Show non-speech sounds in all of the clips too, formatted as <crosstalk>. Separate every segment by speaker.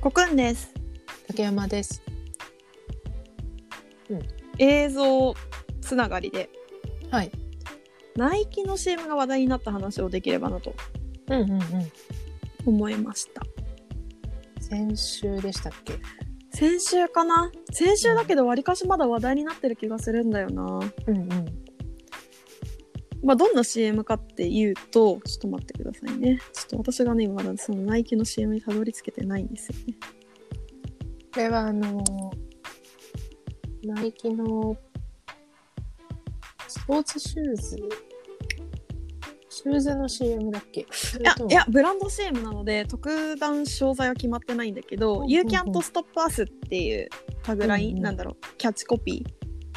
Speaker 1: コくんです。
Speaker 2: 竹山です。
Speaker 1: 映像つながりで、
Speaker 2: はい。
Speaker 1: ナイキの CM が話題になった話をできればなと
Speaker 2: うんうんうん。
Speaker 1: 思いました。
Speaker 2: 先週でしたっけ？
Speaker 1: 先週かな先週だけど、わりかしまだ話題になってる気がするんだよな。
Speaker 2: うんうん。
Speaker 1: まあ、どんな CM かっていうと、ちょっと待ってくださいね。ちょっと私がね、今まだそのナイキの CM にたどり着けてないんですよね。
Speaker 2: これはあのーナイキのスポーツシューズ、シューズの CM だっけ？い
Speaker 1: いや、いや、ブランド CM なので、特段詳細は決まってないんだけ
Speaker 2: うん
Speaker 1: ど、
Speaker 2: うん
Speaker 1: You can't stop us っていうタグライン、
Speaker 2: うんうん
Speaker 1: なんだろう、キャッチコピ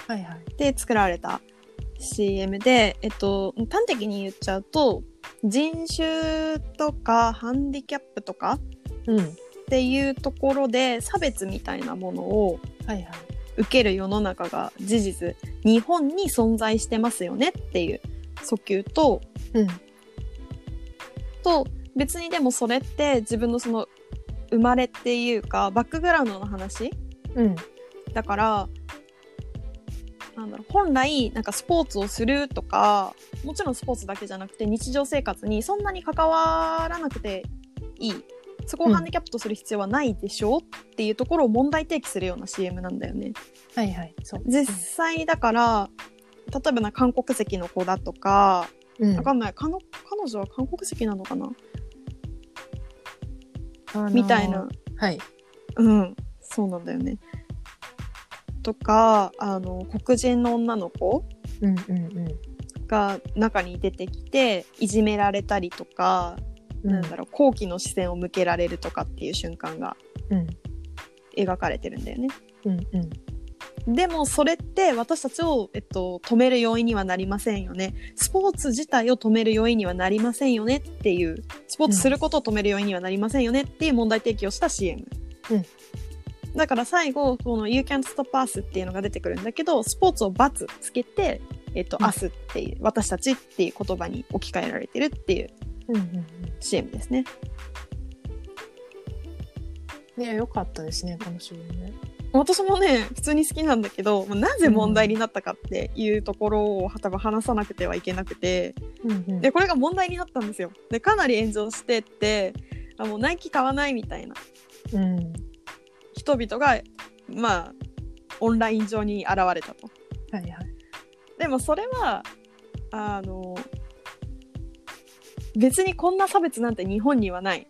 Speaker 1: ー。
Speaker 2: はいはい。
Speaker 1: で作られた CM で、えっと、端的に言っちゃうと人種とかハンディキャップとか
Speaker 2: うん。は
Speaker 1: っていうところで差別みたいなものを
Speaker 2: いはい。
Speaker 1: 受ける世の中が事実日本に存在してますよねっていう訴求と
Speaker 2: うん
Speaker 1: と別にでもそれって自分のその生まれっていうかバックグラウンドの話
Speaker 2: うん
Speaker 1: だからなんだろう本来なんかスポーツをするとかもちろんスポーツだけじゃなくて日常生活にそんなに関わらなくていいそこをハンディキャップとする必要はないでしょ、っていうところを問題提起するような CM なんだよね。
Speaker 2: はいはい。そう。
Speaker 1: 実際だから例えばな韓国籍の子だとか
Speaker 2: うん
Speaker 1: わかんないかの彼女は韓国籍なのかな
Speaker 2: あのー
Speaker 1: みたいな
Speaker 2: はい。
Speaker 1: うん、そうなんだよね。とかあの黒人の女の子
Speaker 2: うんうん
Speaker 1: が中に出てきていじめられたりとか、
Speaker 2: うん。
Speaker 1: なんだろう好奇の視線を向けられるとかっていう瞬間が
Speaker 2: うん
Speaker 1: 描かれてるんだよね。
Speaker 2: うんうん。
Speaker 1: でもそれって私たちを、えっと、止める要因にはなりませんよね。スポーツ自体を止める要因にはなりませんよねっていうスポーツすることを止める要因にはなりませんよねっていう問題提起をした CM。
Speaker 2: うん
Speaker 1: だから最後この「You can't stop us」っていうのが出てくるんだけどスポーツを「罰」つけて「えっと
Speaker 2: うん
Speaker 1: us」っていう私たちっていう言葉に置き換えられてるっていう
Speaker 2: うんうんうん。
Speaker 1: CM ですね。
Speaker 2: ね良かったですねこの CM ね。
Speaker 1: 私もね普通に好きなんだけどまあなぜ問題になったかっていうところを多分話さなくてはいけなくて
Speaker 2: うんうん
Speaker 1: でこれが問題になったんですよでかなり炎上してってあもうナイキ買わないみたいな
Speaker 2: うん。
Speaker 1: 人々がまあオンライン上に現れたと
Speaker 2: はいはい。
Speaker 1: でもそれはあの別にこんな差別なんて日本にはない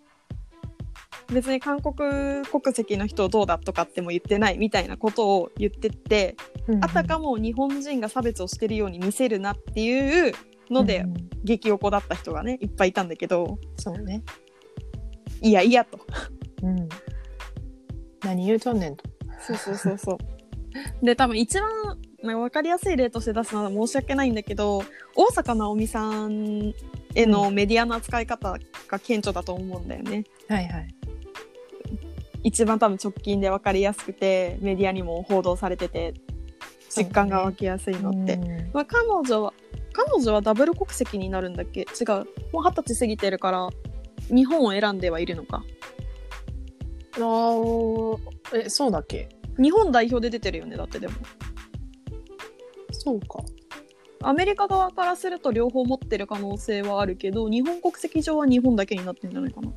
Speaker 1: 別に韓国国籍の人をどうだとかっても言ってないみたいなことを言ってってあたかも日本人が差別をしてるように見せるなっていうので
Speaker 2: うんうん
Speaker 1: 激おこだった人がねいっぱいいたんだけど
Speaker 2: そうね、
Speaker 1: いやいやと
Speaker 2: うん、何言うとんねんと
Speaker 1: そうそうそうそうで多分一番まあ分かりやすい例として出すのは申し訳ないんだけど大坂なおみさんへのメディアの扱い方が顕著だと思うんだよね
Speaker 2: はいはい
Speaker 1: 一番多分直近で分かりやすくてメディアにも報道されてて実感が湧きやすいのって、
Speaker 2: うん
Speaker 1: まあ、彼女は彼女はダブル国籍になるんだっけ違うもう二十歳過ぎてるから日本を選んではいるのか
Speaker 2: あーえそうだっけ
Speaker 1: 日本代表で出てるよねだってでも
Speaker 2: そうか
Speaker 1: アメリカ側からすると両方持ってる可能性はあるけど日本国籍上は日本だけになってんじゃないかな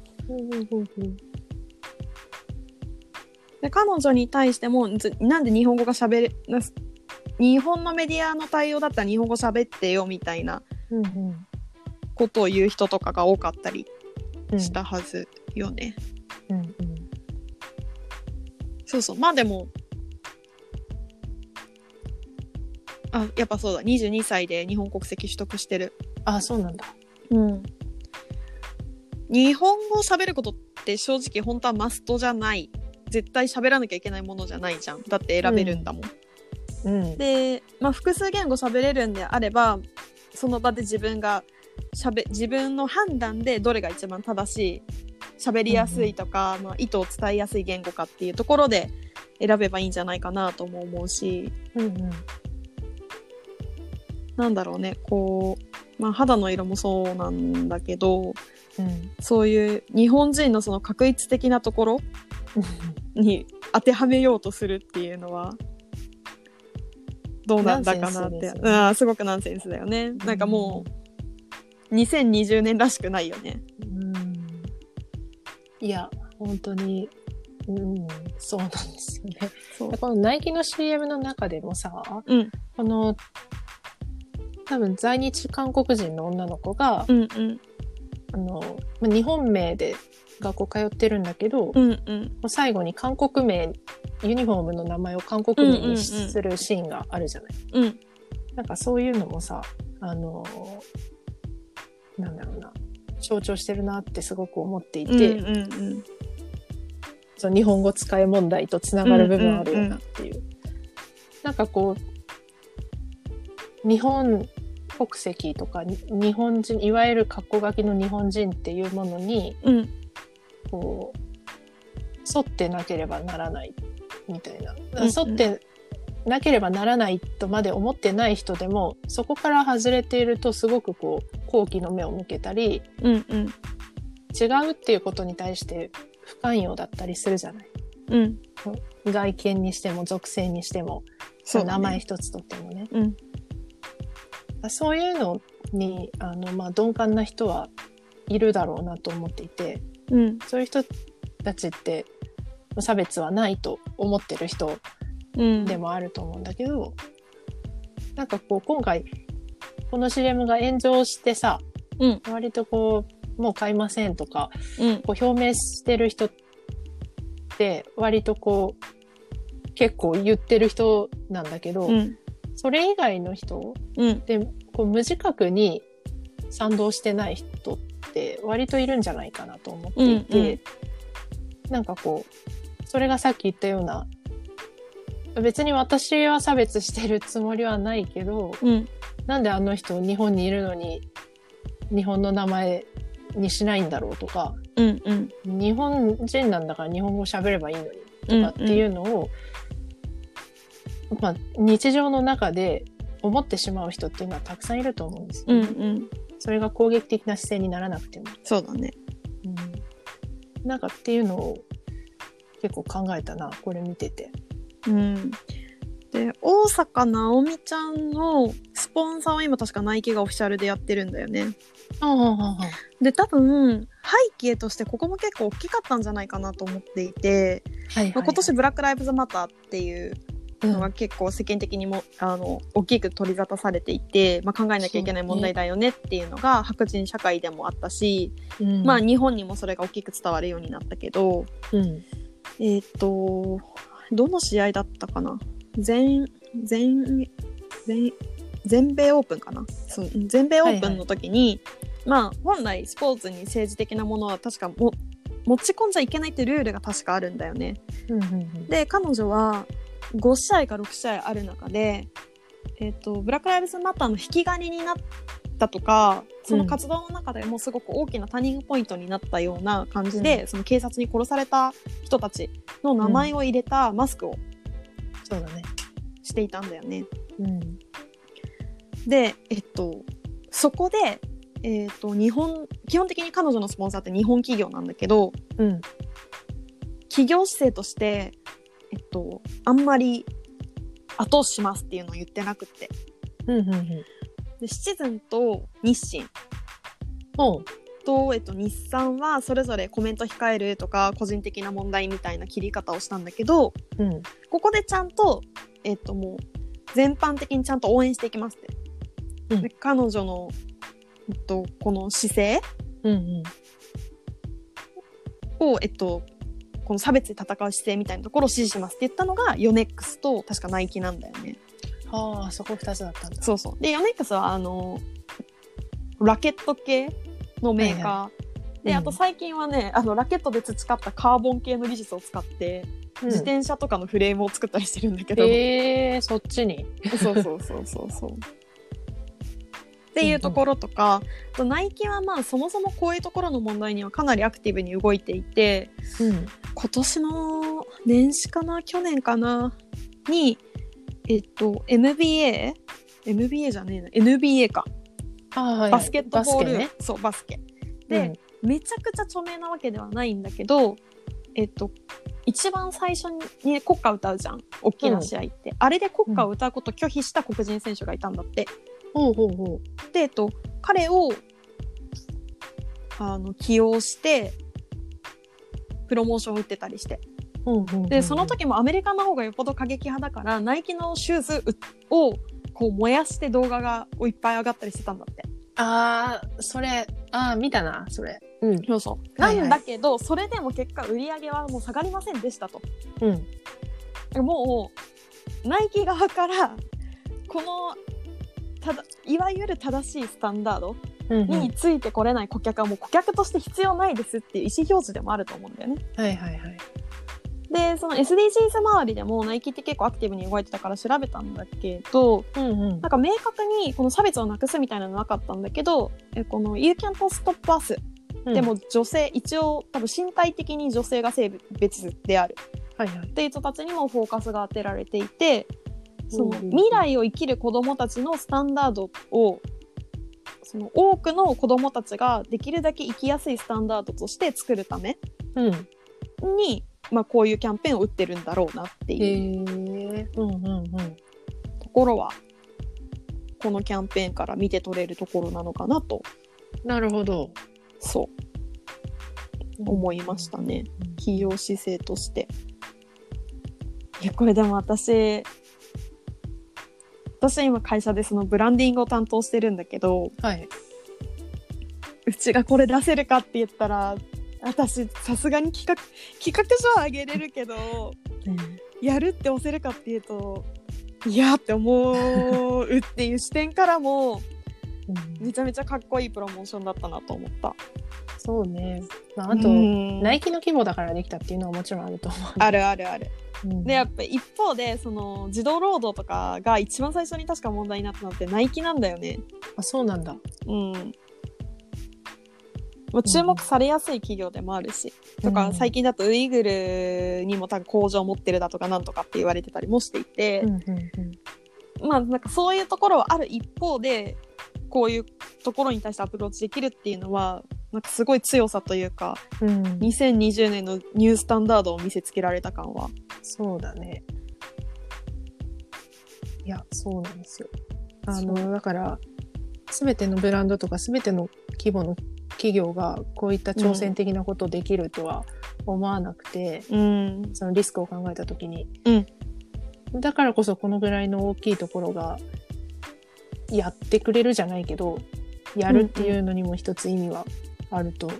Speaker 1: で彼女に対してもずなんで日本語が喋れな日本のメディアの対応だったら日本語喋ってよみたいな
Speaker 2: うんうん
Speaker 1: ことを言う人とかが多かったり
Speaker 2: うん
Speaker 1: したはずよね、
Speaker 2: うんうん
Speaker 1: そうそうまあでもあやっぱそうだ22歳で日本国籍取得してる
Speaker 2: あそうなんだ
Speaker 1: うん、日本語を喋ることって正直本当はマストじゃない絶対喋らなきゃいけないものじゃないじゃんだって選べるんだもん、
Speaker 2: うん
Speaker 1: で、まあ、複数言語喋れるんであればその場で自分が喋自分の判断でどれが一番正しい喋りやすいとか、まあ、意図を伝えやすい言語かっていうところで選べばいいんじゃないかなとも思うし
Speaker 2: うんうん
Speaker 1: なんだろうねこう、まあ、肌の色もそうなんだけど
Speaker 2: うん
Speaker 1: そういう日本人のその確一的なところに当てはめようとするっていうのはどうなんだかな
Speaker 2: ナ
Speaker 1: っ
Speaker 2: ン
Speaker 1: て
Speaker 2: センスで
Speaker 1: す,、
Speaker 2: すよね
Speaker 1: うん、すごくナンセンスだよね、なんかもう2020年らしくないよね
Speaker 2: うん。いや、本当に、うん、そうなんですよね。
Speaker 1: そう
Speaker 2: <laughs> でこのナイキの CM の中でもさ、
Speaker 1: うん
Speaker 2: この、多分在日韓国人の女の子が、
Speaker 1: うんうん
Speaker 2: あの、まあ日本名で学校通ってるんだけど、も
Speaker 1: うんうん
Speaker 2: う最後に韓国名、ユニフォームの名前を韓国名に
Speaker 1: うんうんうん
Speaker 2: するシーンがあるじゃない。
Speaker 1: うん
Speaker 2: なんかそういうのもさ、あの、なんだろうな、象徴してるなってすごく思っていて、
Speaker 1: うんうんうん
Speaker 2: その日本語使い問題とつながる部分あるよなっていう。なんかこう、日本国籍とか、に日本人、いわゆる格好書きの日本人っていうものに、
Speaker 1: うん
Speaker 2: こう、沿ってなければならないみたいな。
Speaker 1: んうん
Speaker 2: 沿ってなければならないとまで思ってない人でも、そこから外れているとすごくこう、好奇の目を向けたり、
Speaker 1: うんうん
Speaker 2: 違うっていうことに対して不寛容だったりするじゃない。
Speaker 1: うん
Speaker 2: 外見にしても属性にしても、
Speaker 1: そうだ
Speaker 2: 名
Speaker 1: ね
Speaker 2: 前一つとってもね
Speaker 1: うん
Speaker 2: そういうのにあの、まあ、鈍感な人はいるだろうなと思っていて
Speaker 1: うん
Speaker 2: そういう人たちって差別はないと思ってる人
Speaker 1: うん
Speaker 2: でもあると思うんだけど、なんかこう今回この CM が炎上してさ、
Speaker 1: うん
Speaker 2: 割とこうもう買いませんとか
Speaker 1: うん
Speaker 2: こう表明してる人って割とこう結構言ってる人なんだけど、
Speaker 1: うん
Speaker 2: それ以外の人
Speaker 1: うん
Speaker 2: でこう無自覚に賛同してない人って割といるんじゃないかなと思っていて、
Speaker 1: うんう
Speaker 2: なんかこうそれがさっき言ったような別に私は差別してるつもりはないけど
Speaker 1: うん
Speaker 2: なんであの人日本にいるのに日本の名前にしないんだろうとか
Speaker 1: うんうん
Speaker 2: 日本人なんだから日本語喋ればいいのにとかっていうのを、まあ、日常の中で思ってしまう人っていうのはたくさんいると思うんです
Speaker 1: う
Speaker 2: よ、
Speaker 1: ん
Speaker 2: ね
Speaker 1: うん
Speaker 2: それが攻撃的な姿勢にならなくても、
Speaker 1: そうだね
Speaker 2: なんかっていうのを結構考えたなこれ見てて
Speaker 1: うんで大坂なおみちゃんのスポンサーは今確かナイキがオフィシャルでやってるんだよね
Speaker 2: は
Speaker 1: で多分背景としてここも結構大きかったんじゃないかなと思っていて、
Speaker 2: い
Speaker 1: まあ今年ブラック・ライブズ・マターっていうの
Speaker 2: う
Speaker 1: が結構世間的にも、あの大きく取り沙汰されていて、まあ、考えなきゃいけない問題だよねっていうのが白人社会でもあったし、
Speaker 2: ん
Speaker 1: まあ日本にもそれが大きく伝わるようになったけど
Speaker 2: うん
Speaker 1: えーっ、とどの試合だったかな全全全全米オープンかなそううん全米オープンの時に、まあ本来スポーツに政治的なものは確かも持ち込んじゃいけないってルールが確かあるんだよね。
Speaker 2: うんうん
Speaker 1: で彼女は5試合か6試合ある中で、えー、とブラック・ライブズ・マターの引き金になったとかその活動の中でもすごく大きなターニングポイントになったような感じで、その警察に殺された人たちの名前を入れたマスクを
Speaker 2: そうだね
Speaker 1: していたんだよね。
Speaker 2: うん
Speaker 1: で、えっと、そこで、えっと、日本基本的に彼女のスポンサーって日本企業なんだけど
Speaker 2: うん
Speaker 1: 企業姿勢として、えっと、あんまり後押ししますっていうのを言ってなくって。
Speaker 2: うんうんうん
Speaker 1: でシチズンと日清
Speaker 2: おう
Speaker 1: と、えっと、日産はそれぞれコメント控えるとか個人的な問題みたいな切り方をしたんだけど
Speaker 2: うん
Speaker 1: ここでちゃんと、えっと、もう全般的にちゃんと応援していきますって。
Speaker 2: うん
Speaker 1: で彼女の、えっと、この姿勢
Speaker 2: うん
Speaker 1: を、えっと、この差別で戦う姿勢みたいなところを支持しますって言ったのがヨネックスと確かナイキなんだよね。
Speaker 2: うんああそこ二つだったんだ
Speaker 1: そうそう。で、ヨネックスは、あの、ラケット系のメーカー。
Speaker 2: う
Speaker 1: で、
Speaker 2: ん
Speaker 1: あと最近はね、あの、ラケットで培ったカーボン系の技術を使って、自転車とかのフレームを作ったりしてるんだけど、
Speaker 2: ええそっちに。
Speaker 1: <laughs> そうそうそうそうそう。っていうところとか、あとナイキはまあそもそもこういうところの問題にはかなりアクティブに動いていて、
Speaker 2: うん。
Speaker 1: 今年の年始かな去年かなにえっと MBA MBA じゃねえな NBA か
Speaker 2: あはい
Speaker 1: バスケットボール、
Speaker 2: バスケね。
Speaker 1: そうバスケで、めちゃくちゃ著名なわけではないんだけどえっと一番最初に、ね、国歌歌うじゃん大きな試合って、あれで国歌を歌うことを拒否した黒人選手がいたんだって、
Speaker 2: ほうほうほ
Speaker 1: で、えっと、彼をあの起用してプロモーションを打ってたりして
Speaker 2: う。うんうんうん
Speaker 1: でその、時もアメリカの方がよっぽど過激派だからナイキのシューズをこう燃やして動画がをいっぱい上がったりしてたんだって。
Speaker 2: ああ、それ、ああ、見たな、それ。うん。
Speaker 1: そうそう
Speaker 2: は
Speaker 1: ない
Speaker 2: はい
Speaker 1: んだけど、それでも結果売り上げはもう下がりませんでしたと。
Speaker 2: うん。
Speaker 1: もうナイキ側からこのただいわゆる正しいスタンダード
Speaker 2: うんうん、
Speaker 1: についてこれない顧客はもう顧客として必要ないですっていう意思表示でもあると思うんだよね。
Speaker 2: はいはいはい。
Speaker 1: でその SDGs 周りでもナイキって結構アクティブに動いてたから調べたんだけど
Speaker 2: うんうん
Speaker 1: なんか明確にこの差別をなくすみたいなのなかったんだけどえこの「You Can't Stop Us」
Speaker 2: うん。
Speaker 1: でも女性、一応多分身体的に女性が性別である
Speaker 2: はいはい。
Speaker 1: っていう人たちにもフォーカスが当てられていてその
Speaker 2: うんうんうん
Speaker 1: 未来を生きる子どもたちのスタンダードをその多くの子どもたちができるだけ生きやすいスタンダードとして作るため
Speaker 2: うん。
Speaker 1: に、まあ、こういうキャンペーンを打ってるんだろうなって
Speaker 2: へ
Speaker 1: いう
Speaker 2: え。うんうんうん。
Speaker 1: ところは、このキャンペーンから見て取れるところなのかなと
Speaker 2: なるほど。
Speaker 1: そう思いましたね
Speaker 2: うん
Speaker 1: 企業姿勢として。いやこれでも私私は今会社でそのブランディングを担当してるんだけど、
Speaker 2: はい。
Speaker 1: うちがこれ出せるかって言ったら私さすがに企画企画書はあげれるけどやるって押せるかっていうといやーって思うっていう視点からも
Speaker 2: うん
Speaker 1: めちゃめちゃかっこいいプロモーションだったなと思った。
Speaker 2: そうね。まあ、
Speaker 1: あ
Speaker 2: あと、ナ
Speaker 1: な
Speaker 2: イキの規模だからできたっていうのはもちろんあると思
Speaker 1: あるあるある。
Speaker 2: う。うん
Speaker 1: でやっぱ一方でその児童労働とかが一番最初に確か問題になったのってナイキなんだよね。
Speaker 2: あそうなんだ。
Speaker 1: うんまあ、注目されやすい企業でもあるし、とか最近
Speaker 2: 近、
Speaker 1: だとウイグルにも多分工場持ってるだとかなんとかって言われてたりもしていて
Speaker 2: う、んうんうん
Speaker 1: まあなんかそういうところはある一方でこういうところに対してアプローチできるっていうのはなんかすごい強さというか
Speaker 2: うん
Speaker 1: 2020年のニュースタンダードを見せつけられた感は
Speaker 2: そうだね。いや、そうなんですよ。あ
Speaker 1: そ
Speaker 2: の、だから、すべてのブランドとかすべての規模の企業がこういった挑戦的なことをできるとは思わなくて、
Speaker 1: うん
Speaker 2: そのリスクを考えたときに、
Speaker 1: うん
Speaker 2: だからこそこのぐらいの大きいところがやってくれるじゃないけど、やるっていうのにも一つ意味はあると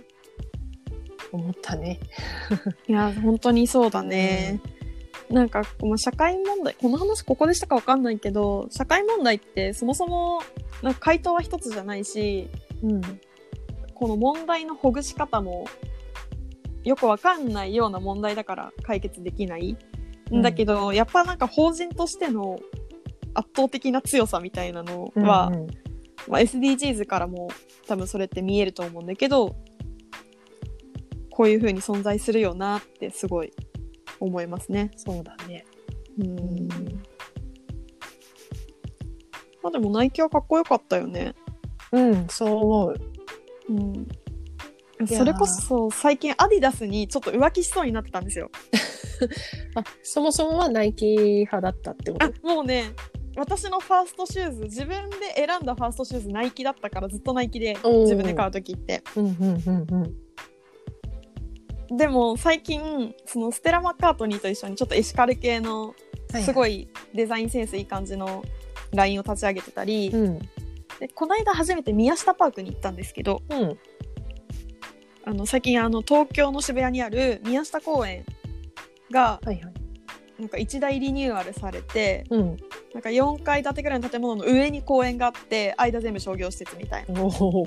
Speaker 2: 思ったね。
Speaker 1: いや本当にそうだね、なんか、まあ、社会問題この話ここでしたかわかんないけど社会問題ってそもそもなんか回答は一つじゃないし
Speaker 2: うん。
Speaker 1: この問題のほぐし方もよくわかんないような問題だから解決できない
Speaker 2: うん
Speaker 1: んだけど、やっぱなんか法人としての圧倒的な強さみたいなのは、
Speaker 2: うんうん
Speaker 1: まあ、SDGs からも多分それって見えると思うんだけどこういうふうに存在するよなってすごい思いますね。
Speaker 2: そうだね。
Speaker 1: うんまあでもナイキはかっこよかったよね。
Speaker 2: うん、そう思う。
Speaker 1: うん
Speaker 2: やー
Speaker 1: それこそ最近アディダスにちょっと浮気しそうになってたんですよ。
Speaker 2: あ、そもそもはナイキ派だったってこ
Speaker 1: あ
Speaker 2: と
Speaker 1: もうね私のファーストシューズ自分で選んだファーストシューズナイキだったからずっとナイキで
Speaker 2: おー
Speaker 1: 自分で買う時って。
Speaker 2: うんうんうんうん。
Speaker 1: でも最近そのステラ・マッカートニーと一緒にちょっとエシカル系のす
Speaker 2: い。
Speaker 1: ごいデザインセンスいい感じのラインを立ち上げてたり、
Speaker 2: うん。
Speaker 1: でこの間初めて宮下パークに行ったんですけど
Speaker 2: うん。
Speaker 1: あの最近あの東京の渋谷にある宮下公園が
Speaker 2: はいはい。
Speaker 1: なんか一大リニューアルされて
Speaker 2: うん。
Speaker 1: なんか4階建てぐらいの建物の上に公園があって間全部商業施設みたいな
Speaker 2: おお。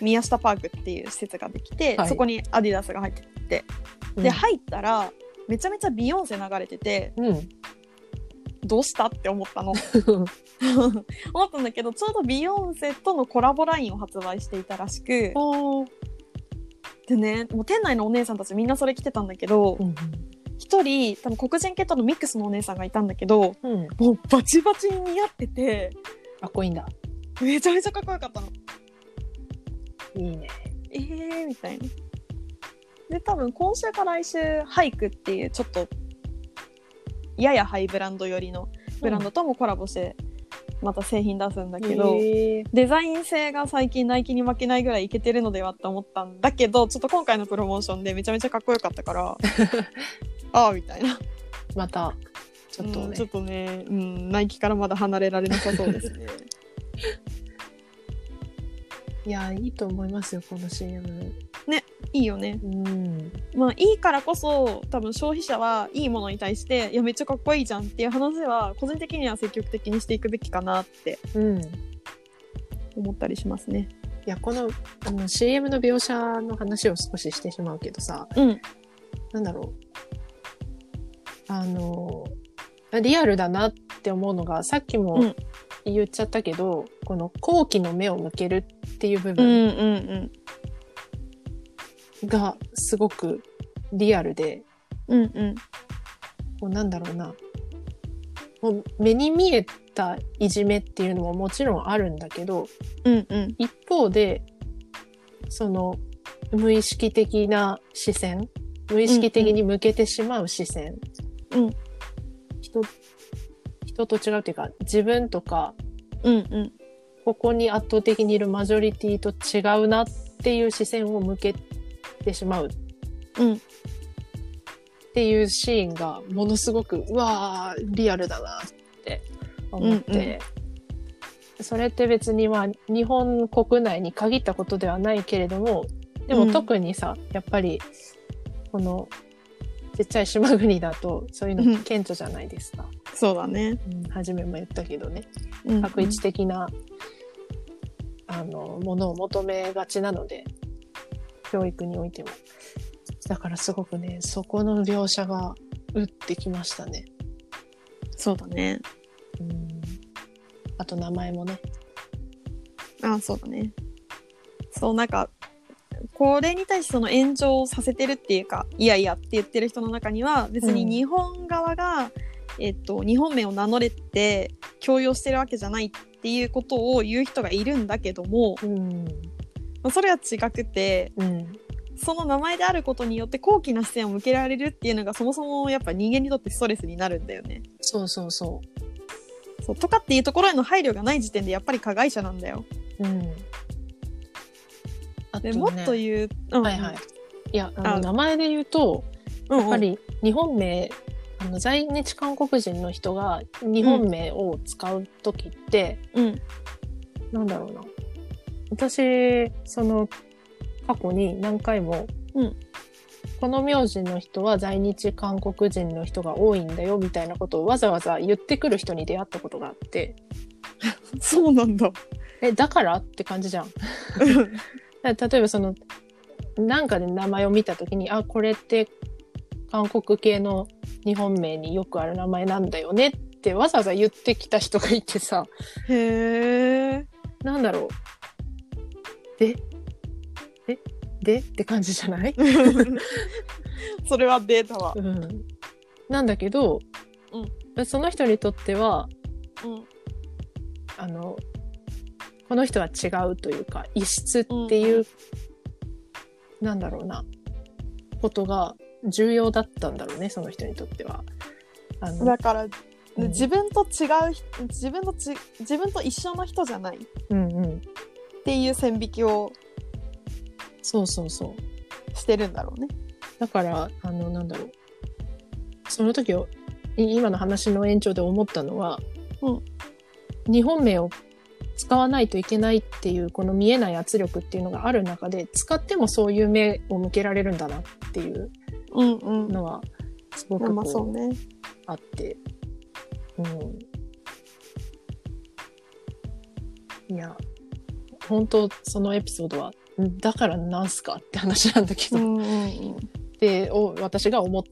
Speaker 1: 宮下パークっていう施設ができて、
Speaker 2: はい
Speaker 1: そこにアディダスが入ってて、
Speaker 2: うん
Speaker 1: で、入ったらめちゃめちゃビヨンセ流れてて
Speaker 2: <laughs> うん。
Speaker 1: どうしたって思ったの <laughs> 思ったんだけどちょうどビヨンセとのコラボラインを発売していたらしく
Speaker 2: おお。
Speaker 1: でねもう店内のお姉さんたちみんなそれ着てたんだけど、
Speaker 2: うん。
Speaker 1: 一人多分黒人系とのミックスのお姉さんがいたんだけど
Speaker 2: うん。か
Speaker 1: もうバチバチに似合ってて
Speaker 2: っこいいんだ。
Speaker 1: めちゃめちゃかっこよかったの
Speaker 2: いいね。
Speaker 1: えーみたいなで多分今週か来週ハイクっていうちょっとややハイブランド寄りのブランドともコラボしてまた製品出すんだけど、
Speaker 2: へー
Speaker 1: デザイン性が最近ナイキに負けないぐらいいけてるのではって思ったんだけどちょっと今回のプロモーションでめちゃめちゃかっこよかったから <laughs> ああみたいな
Speaker 2: またちょっと
Speaker 1: うん
Speaker 2: ね
Speaker 1: ちょっとね、うん、ナイキからまだ離れられなさそうですね
Speaker 2: いやいいと思いますよこの CM
Speaker 1: <laughs> いいよね
Speaker 2: うん
Speaker 1: まあいいからこそ多分消費者はいいものに対していやめっちゃかっこいいじゃんっていう話は個人的には積極的にしていくべきかなって
Speaker 2: うんい
Speaker 1: 思ったりしますね
Speaker 2: やこのあの CM の描写の話を少ししてしまうけどさ
Speaker 1: うん
Speaker 2: なんだろうあのリアルだなって思うのがさっき
Speaker 1: う
Speaker 2: も
Speaker 1: ん
Speaker 2: 言っちゃったけど、この好奇の目を向けるっていう部
Speaker 1: うんう
Speaker 2: 分
Speaker 1: んうん
Speaker 2: がすごくリアルで、
Speaker 1: うんうん
Speaker 2: こうなんだろうなもう目に見えたいじめっていうのももちろんあるんだけど
Speaker 1: うんうん
Speaker 2: 一方でその無意識的な視線無意識的に向けてしまう視線、
Speaker 1: うん
Speaker 2: 人人と違うっていうか自分とか
Speaker 1: うんうん
Speaker 2: ここに圧倒的にいるマジョリティと違うなっていう視線を向けてしまう
Speaker 1: うん
Speaker 2: っていうシーンがものすごくうわーリアルだなって思って、
Speaker 1: うん
Speaker 2: それって別にまあ日本国内に限ったことではないけれどもで
Speaker 1: う
Speaker 2: も
Speaker 1: ん
Speaker 2: 特にさ、やっぱりこのちっちゃい島国だとそういう
Speaker 1: うん
Speaker 2: の顕著じゃないですか、
Speaker 1: そうだね
Speaker 2: うん、初めも言ったけどね
Speaker 1: うん
Speaker 2: 確一的な、あのものを求めがちなので教育においてもだからすごくねそこの描写が打ってきましたね
Speaker 1: そうだね
Speaker 2: うんあと名前もね
Speaker 1: あそうだねそうなんかこれに対してその炎上をさせてるっていうかいやいやって言ってる人の中には別に
Speaker 2: うん
Speaker 1: 日本側が、えっと、日本名を名乗れって強要してるわけじゃないっていうことを言う人がいるんだけども、
Speaker 2: うん
Speaker 1: まあそれは違くて
Speaker 2: うん
Speaker 1: その名前であることによって高貴な視線を向けられるっていうのがそもそもやっぱ人間にとってストレスになるんだよね。
Speaker 2: そうそうそ
Speaker 1: そうとかっていうところへの配慮がない時点でやっぱり加害者なんだよ。
Speaker 2: ううんあと、
Speaker 1: で
Speaker 2: ね、
Speaker 1: もっと言う、うん
Speaker 2: はいはいいやあの
Speaker 1: あ
Speaker 2: 名前で言うと
Speaker 1: うんうん
Speaker 2: やっぱり日本名あの在日韓国人の人が日本名を使う時って、
Speaker 1: うん
Speaker 2: なんだろうな。私、その、過去に何回も、
Speaker 1: うん
Speaker 2: この名字の人は在日韓国人の人が多いんだよ、みたいなことをわざわざ言ってくる人に出会ったことがあって、
Speaker 1: そうなんだ。
Speaker 2: え、だからって感じじゃん。
Speaker 1: うん
Speaker 2: だから例えばその、なんかで名前を見たときに、あ、これって韓国系の日本名によくある名前なんだよねってわざわざ言ってきた人がいてさ、
Speaker 1: <laughs> へえ。
Speaker 2: なんだろう。で、え、でって感じじゃない
Speaker 1: <laughs> それはデータは。
Speaker 2: うん。なんだけど、その人にとっては、
Speaker 1: うん。
Speaker 2: あの、この人は違うというか、異質っていう、
Speaker 1: うん
Speaker 2: なんだろうな、ことが重要だったんだろうね、その人にとっては。あの、
Speaker 1: だから、
Speaker 2: うん
Speaker 1: 自分と違う人、自分とち、自分と一緒の人じゃないっ
Speaker 2: うんうん。
Speaker 1: ていう線引きを
Speaker 2: そうそうそう。
Speaker 1: してるんだろうね。
Speaker 2: だから、あの、なんだろう。その時を、い今の話の延長で思ったのは、
Speaker 1: うん
Speaker 2: 日本名を使わないといけないっていう、この見えない圧力っていうのがある中で、使ってもそういう目を向けられるんだなっていう
Speaker 1: うんうん。
Speaker 2: のは、すごく
Speaker 1: まあ
Speaker 2: こ
Speaker 1: そう
Speaker 2: う、
Speaker 1: ね。
Speaker 2: あって。うん。いや、本当そのエピソードは、んだからなんすかって話なんだけど。
Speaker 1: うんうん
Speaker 2: ってを私が思っ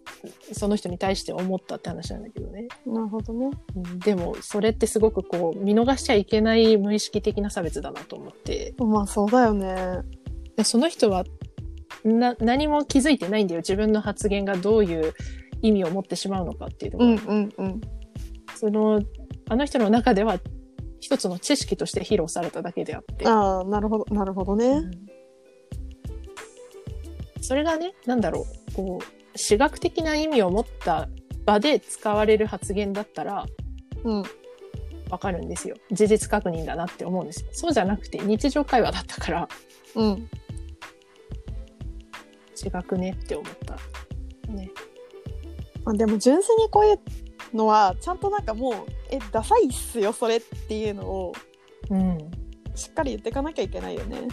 Speaker 2: その人に対して思ったって話なんだけどね
Speaker 1: うん。なるほどね。
Speaker 2: うんでもそれってすごくこう見逃しちゃいけない無意識的な差別だなと思って
Speaker 1: まあそうだよね。
Speaker 2: でその人はな何も気づいてないんだよ自分の発言がどういう意味を持ってしまうのかっていうとこ
Speaker 1: う
Speaker 2: ろ、
Speaker 1: んうんうん。
Speaker 2: そのあの人の中では一つの知識として披露されただけであって、
Speaker 1: ああ、なるほど、なるほど
Speaker 2: う
Speaker 1: ね。
Speaker 2: んそれがね、なんだろう、こう、私学的な意味を持った場で使われる発言だったら、
Speaker 1: うん。
Speaker 2: わかるんですよ。事実確認だなって思うんですよ。そうじゃなくて、日常会話だったから、
Speaker 1: うん。
Speaker 2: 違くねって思った。ね。
Speaker 1: まあ、でも純粋にこういうのはちゃんとなんかもう「えダサいっすよそれ」っていうのを
Speaker 2: うん。
Speaker 1: しっかり言っていかなきゃいけないよね。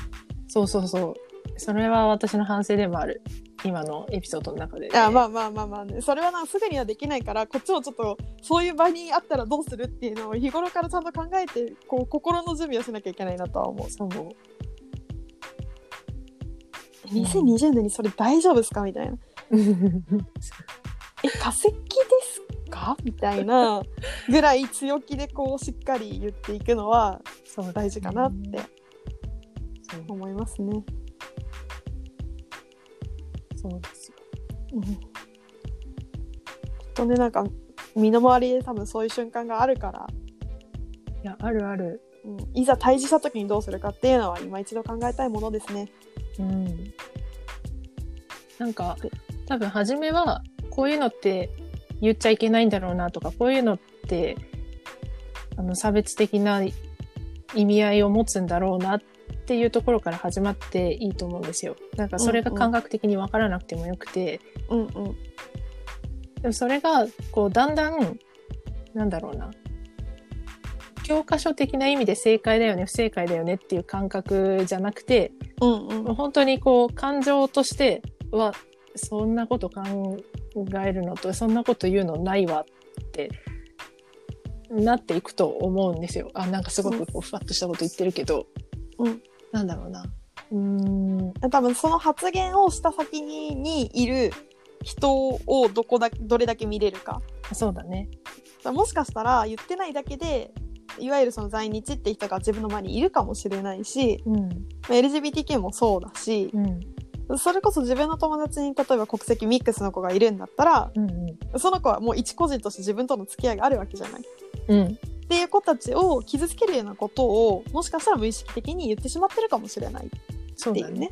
Speaker 2: そうそうそう。それは私の反省でもある。今のエピソードの中で、
Speaker 1: あまあまあまあまあねそれはなすぐにはできないからこっちもちょっとそういう場にあったらどうするっていうのを日頃からちゃんと考えてこう心の準備をしなきゃいけないなとは思う。 <laughs>
Speaker 2: そう。
Speaker 1: 2020年にそれ大丈夫ですかみたいな。え化石ですかみたいなぐらい強気でこうしっかり言っていくのは
Speaker 2: そう
Speaker 1: 大事かなって
Speaker 2: そう
Speaker 1: 思いますね。
Speaker 2: そうですよ。
Speaker 1: うんきっとねなんか身の回りで多分そういう瞬間があるから、
Speaker 2: いや、あるある。
Speaker 1: うん、いざ退治した時にどうするかっていうのは今一度考えたいものですね。
Speaker 2: うん。なんか、多分初めは、こういうのって言っちゃいけないんだろうなとか、こういうのって、あの、差別的な意味合いを持つんだろうなっていうところから始まっていいと思うんですよ。なんか、それが感覚的にわからなくてもよくて、
Speaker 1: うんうん
Speaker 2: でもそれがこうだんだんなんだろうな教科書的な意味で正解だよね不正解だよねっていう感覚じゃなくて
Speaker 1: うんう
Speaker 2: もうん本当にこう感情としてはそんなこと考えるのとそんなこと言うのないわってなっていくと思うんですよ。あなんかすごくこうふわっとしたこと言ってるけど、
Speaker 1: うん
Speaker 2: なんだろうなうーん
Speaker 1: 多分その発言をした先ににいる人をどこだどれだけ見れるか
Speaker 2: そうだね。
Speaker 1: だからもしかしたら言ってないだけでいわゆるその在日って人が自分の前にいるかもしれないし
Speaker 2: うん
Speaker 1: まあ LGBTQ もそうだし
Speaker 2: うん
Speaker 1: それこそ自分の友達に例えば国籍ミックスの子がいるんだったら
Speaker 2: うんうん
Speaker 1: その子はもう一個人として自分との付き合いがあるわけじゃない。っ
Speaker 2: うん
Speaker 1: ていう子たちを傷つけるようなことをもしかしたら無意識的に言ってしまってるかもしれないっ
Speaker 2: そう
Speaker 1: てい
Speaker 2: だ
Speaker 1: う
Speaker 2: ね
Speaker 1: ね。。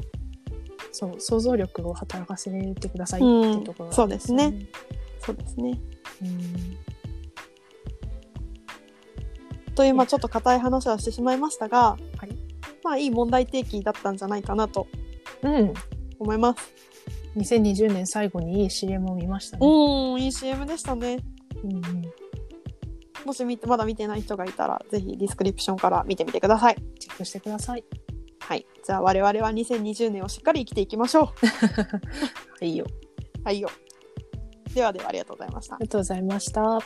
Speaker 2: そう想像力を働かせてくださいって
Speaker 1: うん
Speaker 2: いうところ、
Speaker 1: そうですね。そうですね。
Speaker 2: うん
Speaker 1: というまあちょっと硬い話はしてしまいましたが、
Speaker 2: はい
Speaker 1: まあいい問題提起だったんじゃないかなと
Speaker 2: うん、
Speaker 1: 思います。
Speaker 2: 2020年最後にいい CM を見ましたね。
Speaker 1: おーいい CM でしたね。
Speaker 2: うんうん
Speaker 1: もし見てまだ見てない人がいたらぜひディスクリプションから見てみてください。
Speaker 2: チェックしてください。
Speaker 1: はい。じゃあ我々は2020年をしっかり生きていきましょ
Speaker 2: はいよ。
Speaker 1: う。はいよ。ではではありがとうございました
Speaker 2: あり。がとうございました。